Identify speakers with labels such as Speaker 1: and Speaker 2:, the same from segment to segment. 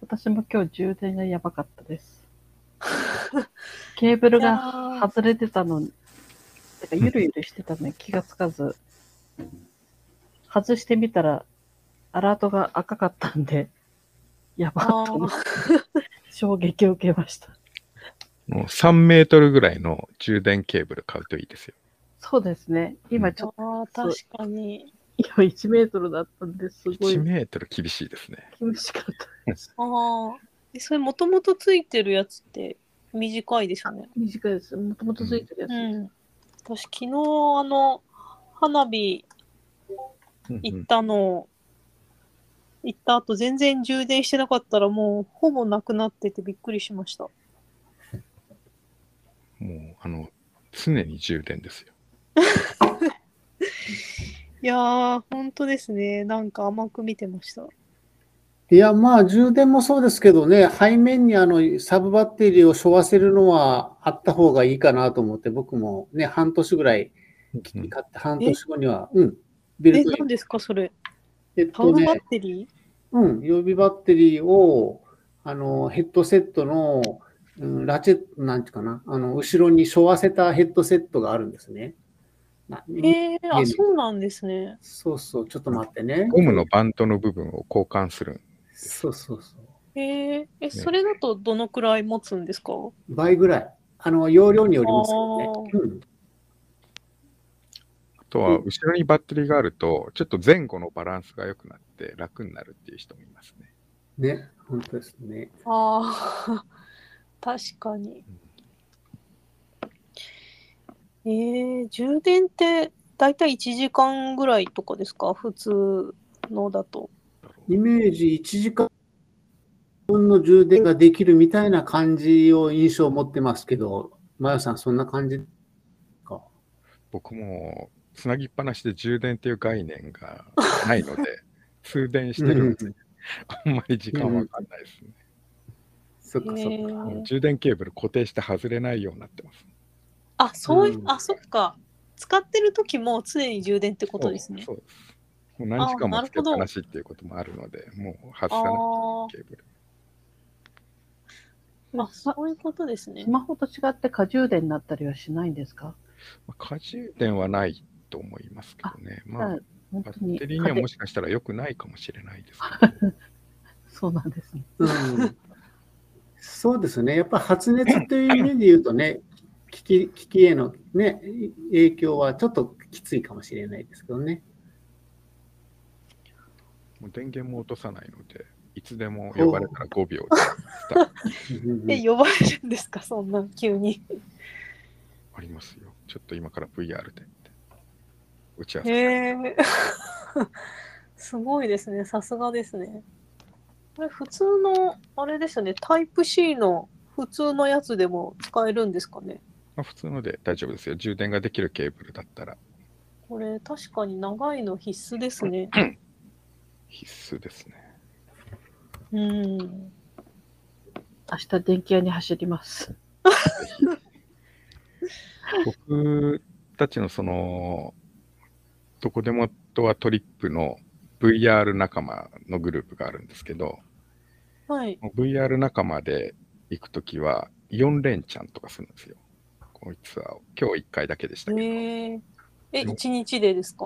Speaker 1: 私も今日充電がやばかった です。ケーブルが
Speaker 2: は
Speaker 1: 外れてたのに、てかゆるゆるしてたのに気がつかず、外してみたら、アラートが赤かったんで、やばっと思って、衝撃を受けました。
Speaker 3: もう3メートルぐらいの充電ケーブル買うといいですよ。
Speaker 1: そうですね。今ちょっ
Speaker 2: あー確かに。
Speaker 1: と、今1メートルだったんですごい
Speaker 3: 1メートル厳しいですね。
Speaker 1: 厳しかった。
Speaker 2: ああ。えそれもともとついてるやつって短いですよね。
Speaker 1: 短いです。もともとついてるやつ。
Speaker 2: うん。私昨日あの花火
Speaker 3: うんう
Speaker 2: 行っ
Speaker 3: ん
Speaker 2: たのを、行った後全然充電してなかったらもうほぼなくなっててびっくりしました。
Speaker 3: もう、あの、常に充電ですよ。
Speaker 2: いやー本当ですね。なんか甘く見てました。
Speaker 4: いや、まあ、充電もそうですけどね、背面にあのサブバッテリーを背負わせるのはあった方がいいかなと思って、僕もね、半年ぐらい
Speaker 3: うん
Speaker 4: 買って、半年後には、うん、ビ
Speaker 2: え、
Speaker 4: ルトイ
Speaker 2: 何
Speaker 4: ン。
Speaker 2: ですかそれ。
Speaker 4: えっ
Speaker 2: タオ
Speaker 4: と
Speaker 2: ルバ
Speaker 4: ね
Speaker 2: ッ、テリー
Speaker 4: うん、予備バッテリーを、あの、ヘッドセットの、うん、ラチェット、なんていうかな、あの、後ろに背負わせたヘッドセットがあるんですね。な
Speaker 2: えー、あ、
Speaker 4: ね
Speaker 2: そうなんですね。
Speaker 4: そうそう、ちょっと待ってね。
Speaker 3: ゴムのバントの部分を交換する。
Speaker 4: そうそうそう。
Speaker 2: えー、え、それだとどのくらい持つんですか
Speaker 4: 倍ぐらい。あの、容量によりますけどね。うん。
Speaker 3: あとは、後ろにバッテリーがあると、ちょっと前後のバランスが良くなって楽になるっていう人もいますね。
Speaker 4: ね、本当ですね。
Speaker 2: ああ、 確かに。えー、充電ってだいたい1時間ぐらいとかですか普通のだと。
Speaker 4: イメージ1時間分の充電ができるみたいな感じを印象を持ってますけど、まよさん、そんな感じか。
Speaker 3: 僕も、つなぎっぱなしで充電っていう概念がない ので、通電してるので、あんまり時間わかんないですね。
Speaker 4: そっかそっか。
Speaker 2: えー
Speaker 3: うん充電ケーブル固定して外れないようになってます。
Speaker 2: あ、そういう
Speaker 4: う、ん
Speaker 2: あ、そっか。使ってる時も常に充電ってことですね。
Speaker 3: そうです。もう何時間
Speaker 2: あーな
Speaker 3: も
Speaker 2: る
Speaker 3: つけ
Speaker 2: ほ
Speaker 3: っ
Speaker 2: ど
Speaker 3: ぱなしっていうこともあるので、もう外
Speaker 2: あ
Speaker 3: さない
Speaker 2: あ
Speaker 3: ケーブル。
Speaker 2: ー、あ、そういうことですね
Speaker 1: ス。マホと違って過充電になったりはしないんですか、
Speaker 3: まあ、過充電はないと思いますけどね。まあ
Speaker 1: じゃあ、本
Speaker 3: バ
Speaker 1: 当
Speaker 3: ッ
Speaker 1: に
Speaker 3: テリーに
Speaker 1: 家
Speaker 3: はも
Speaker 1: で
Speaker 3: しかしたら良くないかもしれないですけど。
Speaker 1: そうなんですね。
Speaker 4: うんそうですね、やっぱ発熱という意味で言うとね、危機危機への、ね、影響はちょっときついかもしれないですけどね。
Speaker 3: もう電源も落とさないので、いつでも呼ばれたら5秒でスタート
Speaker 4: うん
Speaker 2: え、呼ばれるんですかそんな急に。
Speaker 3: ありますよ。ちょっと今から VR でって。打ち合わ
Speaker 2: へ
Speaker 3: せ。
Speaker 2: え すごいですね。さすがですね。これ普通の、あれですよね、タイプ C の普通のやつでも使えるんですかね。
Speaker 3: まあ、普通ので大丈夫ですよ。充電ができるケーブルだったら
Speaker 2: これ確かに長いの必須ですね。
Speaker 3: 必須ですね。
Speaker 2: うん。
Speaker 1: 明日電気屋に走ります。
Speaker 3: 僕たちのその、どこでもドアトリップの VR 仲間のグループがあるんですけど、
Speaker 2: はい。
Speaker 3: VR 仲間で行くときは4連チャンとかするんですよ。こいつは今日1回だけでしたけど、
Speaker 2: へええ、一日でですか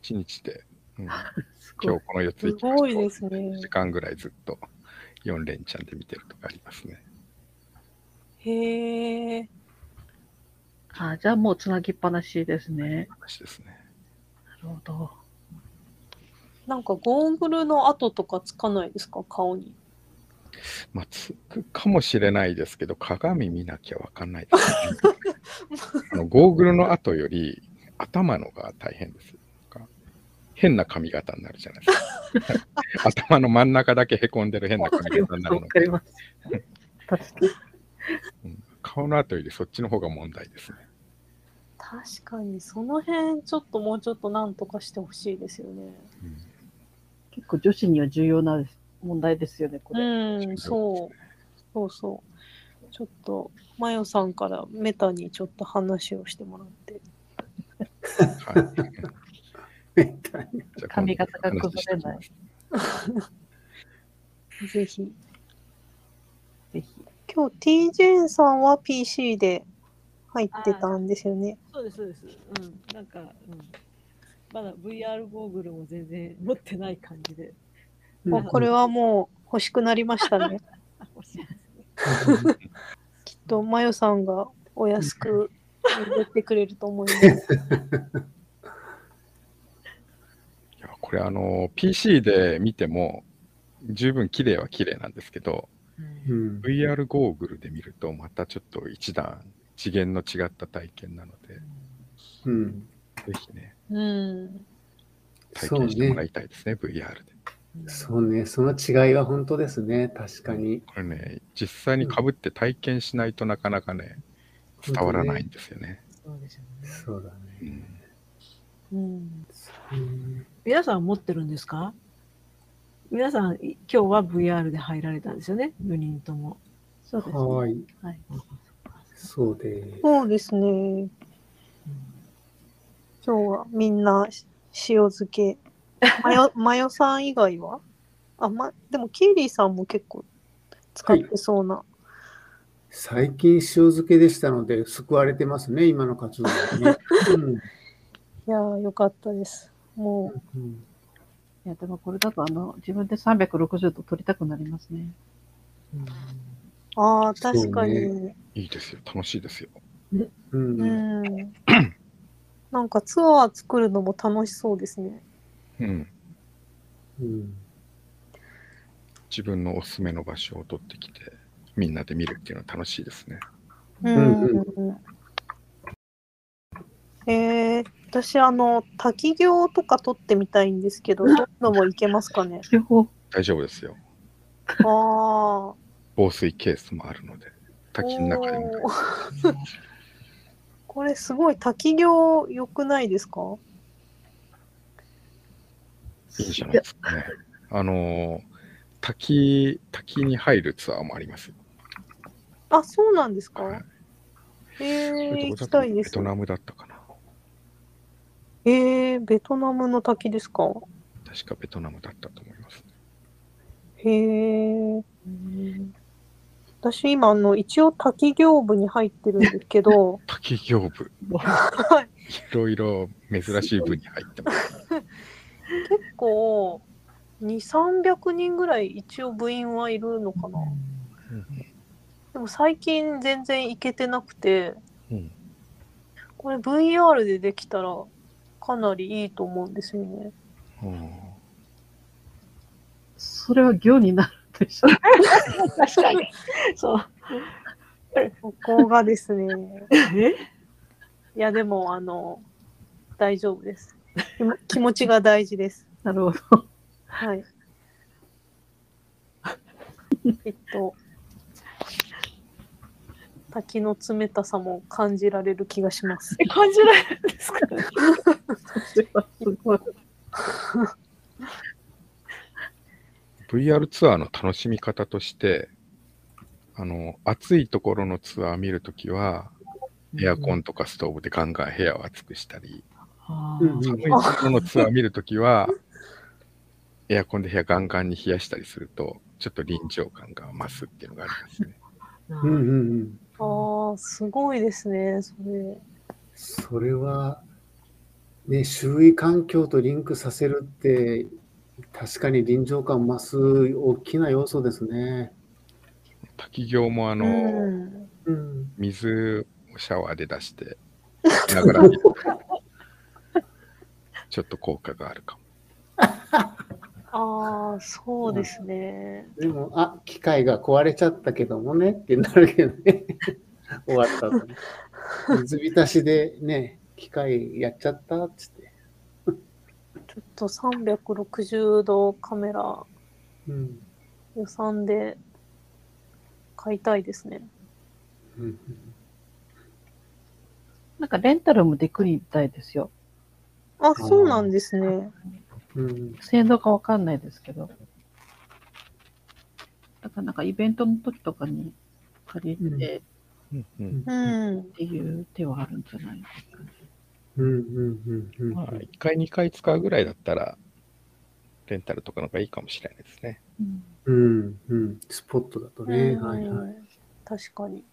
Speaker 3: 1日で、うん
Speaker 1: すごい
Speaker 3: 今日この4つ行きまし
Speaker 2: す
Speaker 3: た
Speaker 2: ごいですね
Speaker 3: 1時間ぐらいずっと4連チャンで見てるとかありますね。
Speaker 2: へえ。
Speaker 1: あじゃあもうつなぎっぱなしですね。
Speaker 3: 話ですね。
Speaker 1: なるほど。
Speaker 2: なんかゴーグルの跡とかつかないですか顔に。
Speaker 3: まあ、つくかもしれないですけど、鏡見なきゃわか んないです、ね。あのゴーグルの後より頭のが大変ですよ。なんか変な髪型になるじゃない ですか。頭の真ん中だけへこんでる変な髪型になる
Speaker 1: わ
Speaker 3: の
Speaker 1: かり
Speaker 3: で、
Speaker 1: ます。 確かに。
Speaker 3: うん顔の後よりそっちの方が問題ですね。
Speaker 2: 確かに、その辺ちょっともうちょっとなんとかしてほしいですよね。
Speaker 1: 結構女子には重要なです問題ですよね、これ。
Speaker 2: うん、そう。そうそう。ちょっと、マヨさんからメタにちょっと話をしてもらって。
Speaker 3: はい、じゃあ
Speaker 1: 髪型が崩れない。
Speaker 2: ぜひ。今日 TJ さんは PC で入ってたんですよね。
Speaker 5: そうです、そうです。うん。なんか、うん。まだ VR ゴーグルも全然持ってない感じで。
Speaker 4: うん
Speaker 2: もうこれはもう欲しくなりましたね。
Speaker 5: あ欲しいですね
Speaker 2: きっとマヨさんがお安く売ってくれると思います。
Speaker 3: いやこれあの PC で見ても十分綺麗は綺麗なんですけど
Speaker 4: うん
Speaker 3: VR ゴーグルで見るとまたちょっと一段次元の違った体験なので
Speaker 4: うん
Speaker 3: ぜひね
Speaker 2: うん。
Speaker 3: 体
Speaker 4: そう
Speaker 3: 験してもら
Speaker 4: ね。
Speaker 3: いたいですね VR で
Speaker 4: そうね。その違いは本当ですね。確かに。
Speaker 3: これね実際にかぶって体験しないとなかなかね伝わらないんですよね
Speaker 5: そうでしょうね。
Speaker 4: そうだね。
Speaker 3: う
Speaker 5: う
Speaker 3: ん
Speaker 5: ん。
Speaker 4: うん
Speaker 5: 皆さん持ってるんですか皆さん、い今日は VR で入られたんですよね、4人とも。
Speaker 1: そうですね。
Speaker 4: はい。
Speaker 5: はい。
Speaker 4: そうで。
Speaker 2: そうですね。今日はみんな塩漬け。マヨマヨさん以外はあ、ま、でもキーリーさんも結構使ってそうな。
Speaker 4: 最近塩漬けでしたので、救われてますね、今の活動はね。
Speaker 2: い、やーよかったです。もう、
Speaker 4: うんうん
Speaker 1: いや、でもこれだと、あの、自分で360度撮りたくなりますね。
Speaker 2: ああ、
Speaker 4: そう
Speaker 2: 確
Speaker 4: ね
Speaker 2: かに。
Speaker 3: いいですよ楽しいですよ
Speaker 4: うん
Speaker 2: うん。 なんかツアー作るのも楽しそうですね。
Speaker 3: うん
Speaker 4: うん
Speaker 3: 自分のおすすめの場所を取ってきてみんなで見るっていうのは楽しいですね
Speaker 2: うん
Speaker 4: ん
Speaker 2: うんうん。えー、私、あの、滝行とか撮ってみたいんですけど、どういうのもいけますかね
Speaker 1: 両方、
Speaker 3: 大丈夫ですよ
Speaker 2: ああ。
Speaker 3: 防水ケースもあるので滝の中でも
Speaker 2: おーこれすごい滝行良くないですか
Speaker 3: いいじゃないですかね。あのー、滝、滝に入るツアーもありますよ。
Speaker 2: あ、そうなんですか、
Speaker 3: はい
Speaker 2: え
Speaker 3: え
Speaker 2: ー、
Speaker 3: っ
Speaker 2: 行
Speaker 3: と
Speaker 2: きたいで
Speaker 3: ベ
Speaker 2: す
Speaker 3: ト。ナムだったかな。
Speaker 2: えー、ベトナムの滝ですか
Speaker 3: 確かベトナムだったと思います、ね。、
Speaker 2: へえ。私今あの一応滝行部に入ってるんですけど
Speaker 3: 滝行部、
Speaker 2: はい
Speaker 3: いろいろ珍しい部に入ってます。
Speaker 2: 結構2、300人ぐらい一応部員はいるのかな。でも最近全然行けてなくて、
Speaker 3: うん
Speaker 2: これ VR でできたらかなりいいと思うんですよね。
Speaker 3: うん
Speaker 1: それは行になると一緒。
Speaker 5: 確かに。そう。
Speaker 2: ここがですね、
Speaker 5: え
Speaker 2: いやでもあの、大丈夫です。気も気持ちが大事です。
Speaker 1: なるほど。
Speaker 2: はい。 えっと、滝の冷たさも感じられる気がします。
Speaker 5: え感じないんですか
Speaker 1: それはすごい。
Speaker 3: VR ツアーの楽しみ方として、あの、暑いところのツアー見るときは、エアコンとかストーブでガンガン部屋を暑くしたり、
Speaker 5: あ
Speaker 4: う
Speaker 5: ー
Speaker 4: んうん
Speaker 3: 寒いところのツアー見るとき は、エアコンで部屋ガンガンに冷やしたりすると、ちょっと臨場感が増すっていうのがありますね。
Speaker 5: な
Speaker 4: うんう
Speaker 5: る
Speaker 4: んうん
Speaker 2: ああ、すごいですね、それ。
Speaker 4: それは、ね、周囲環境とリンクさせるって、確かに臨場感増す大きな要素ですね。
Speaker 3: 滝行もあの、
Speaker 2: うん、
Speaker 4: うん、
Speaker 3: 水をシャワーで出して、ながら見るとちょっと効果があるかも。
Speaker 2: ああ、そうですね。
Speaker 4: でも、あ機械が壊れちゃったけどもねってなるけどね。 終わった後ね。水浸しでね、機械やっちゃったっつって。
Speaker 2: ちょっと360度カメラ
Speaker 4: うん
Speaker 2: 予算で買いたいですね。
Speaker 4: うん
Speaker 1: なんかレンタルもできるみたいですよ。
Speaker 2: あ、そうなんですね。
Speaker 4: うん
Speaker 1: 性能がわかんないですけど。だからなんかイベントの時とかに借りて
Speaker 3: うんうん
Speaker 2: うん。
Speaker 1: っていう手はあるんじゃないですかね。
Speaker 4: うんうんうんうん
Speaker 3: まあ、1回、2回使うぐらいだったら、レンタルとかの方がいいかもしれないですね。
Speaker 1: うん
Speaker 4: うんうんスポットだとね。
Speaker 2: うん
Speaker 4: はいはい。
Speaker 2: 確かに。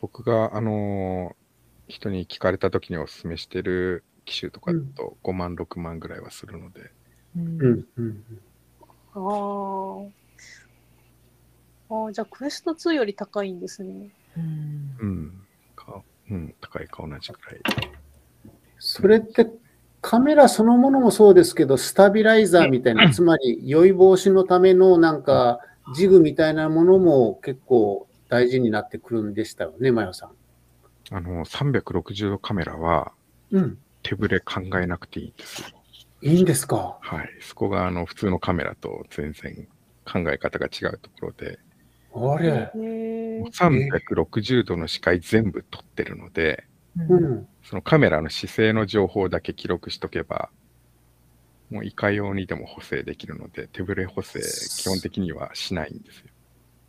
Speaker 3: 僕が、あのー人に聞かれた時にお勧めしてる機種とかだと5万、6万ぐらいはするので、
Speaker 5: うん
Speaker 4: うん、うん。
Speaker 2: あーあー。じゃあ、クエスト2より高いんですね。
Speaker 5: うん
Speaker 3: うん、かうん、高いか同じぐらい。
Speaker 4: それってカメラそのものもそうですけど、スタビライザーみたいな、つまり酔い防止のためのなんかジグみたいなものも結構大事になってくるんでしたよね、マヨさ
Speaker 3: あのー、360度カメラは
Speaker 4: ん。うん。
Speaker 3: 手ぶれ考えなくていいんですよ。
Speaker 4: いいんですか。
Speaker 3: はい。そこが、あの、普通のカメラと全然考え方が違うところで、
Speaker 4: あれ。
Speaker 2: へえ。
Speaker 3: 360度の視界全部撮ってるので、
Speaker 5: う
Speaker 4: うんん。
Speaker 3: そのカメラの姿勢の情報だけ記録しとけば、もういかようにでも補正できるので、手ぶれ補正、基本的にはしないんですよ。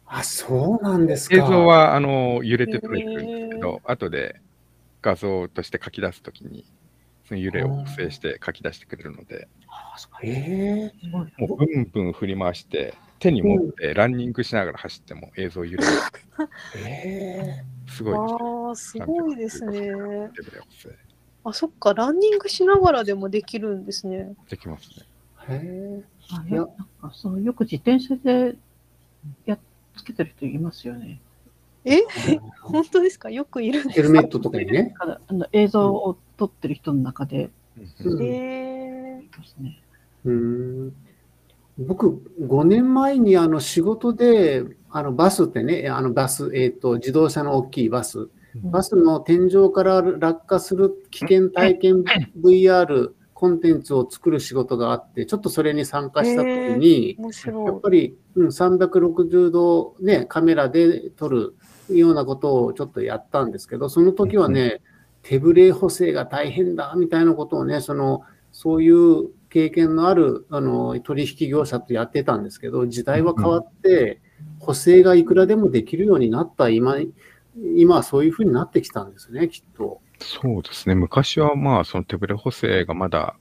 Speaker 4: あ、そうなんですか。
Speaker 3: 映像は、あの、揺れて撮れてるんですけど、後で画像として書き出すときに、その揺れを補正して書き出してくれるので、
Speaker 5: あそうか
Speaker 4: ええ
Speaker 5: すごい
Speaker 3: もうブンブン振り回して、手に持ってランニングしながら走っても映像揺れる。
Speaker 4: ええ
Speaker 3: す
Speaker 2: あ
Speaker 3: ごいで
Speaker 2: あ、
Speaker 3: すよ。
Speaker 2: すごいですね。
Speaker 3: 手ぶれ補正
Speaker 2: あ、そっか、ランニングしながらでもできるんですね。
Speaker 3: できますね。
Speaker 4: へえ
Speaker 1: あ
Speaker 4: いや
Speaker 1: よなんかそうよく自転車でやっつけてる人いますよね。
Speaker 2: え本当ですかよくいるんです
Speaker 4: ヘルメットとか にね。
Speaker 1: だからあの映像を撮ってる人の中で
Speaker 4: うん
Speaker 2: へえ。
Speaker 1: いますね。
Speaker 4: うーん僕、5年前にあの仕事で、あのバスってね、あのバス、えっ、と、自動車の大きいバス、バスの天井から落下する危険体験 VR コンテンツを作る仕事があって、ちょっとそれに参加したときに、
Speaker 2: 面
Speaker 4: やっ
Speaker 2: 白
Speaker 4: ぱり、うん、360度、ね、カメラで撮るようなことをちょっとやったんですけど、その時はね、手ぶれ補正が大変だみたいなことをね、そのそういう経験のあるあの取引業者とやってたんですけど、時代は変わって、補正がいくらでもできるようになった今、今はそういうふうになってきたんですね、きっと。
Speaker 3: そうですね。昔はまあ、その手ぶれ補正がまだ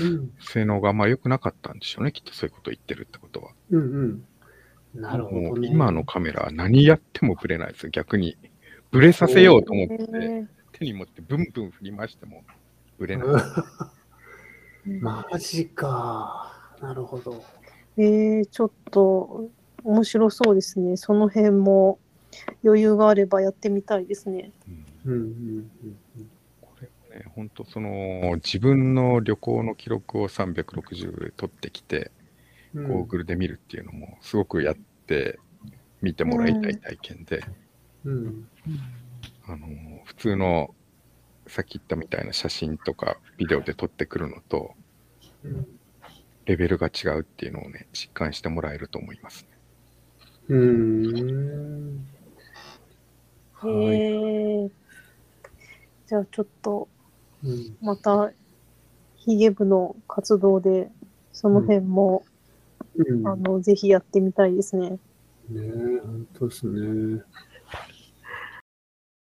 Speaker 4: うん、
Speaker 3: 性能があんま良くなかったんでしょうね。きっとそういうこと言ってるってことは。
Speaker 4: うん、うん。なるほ
Speaker 3: も
Speaker 4: ど
Speaker 3: う
Speaker 4: ね。
Speaker 3: 今のカメラは何やってもブレないですよ。逆に。ブレさせようと思
Speaker 2: い。
Speaker 3: っ
Speaker 2: へ
Speaker 3: て、
Speaker 2: え
Speaker 3: 手に持ってブンブン振り回してもブレない。
Speaker 4: うんマジか。なるほど。
Speaker 2: えー、ちょっと面白そうですね。その辺も余裕があればやってみたいですね。
Speaker 3: うん
Speaker 4: うんうんうんうん
Speaker 3: これはね、本当その自分の旅行の記録を360で取ってきて、
Speaker 4: うん
Speaker 3: ゴーグルで見るっていうのも、すごくやって見てもらいたい体験で、
Speaker 4: うん
Speaker 3: あの普通のさっき言ったみたいな写真とかビデオで撮ってくるのと、
Speaker 4: うん
Speaker 3: レベルが違うっていうのをね、実感してもらえると思いますね。
Speaker 4: うーん。
Speaker 2: へ
Speaker 4: はい
Speaker 2: え。じゃあちょっと
Speaker 4: うん
Speaker 2: またヒゲ部の活動でその辺も、
Speaker 4: うん
Speaker 2: あのぜひやってみたいですね。
Speaker 4: ねえ、本当ですね。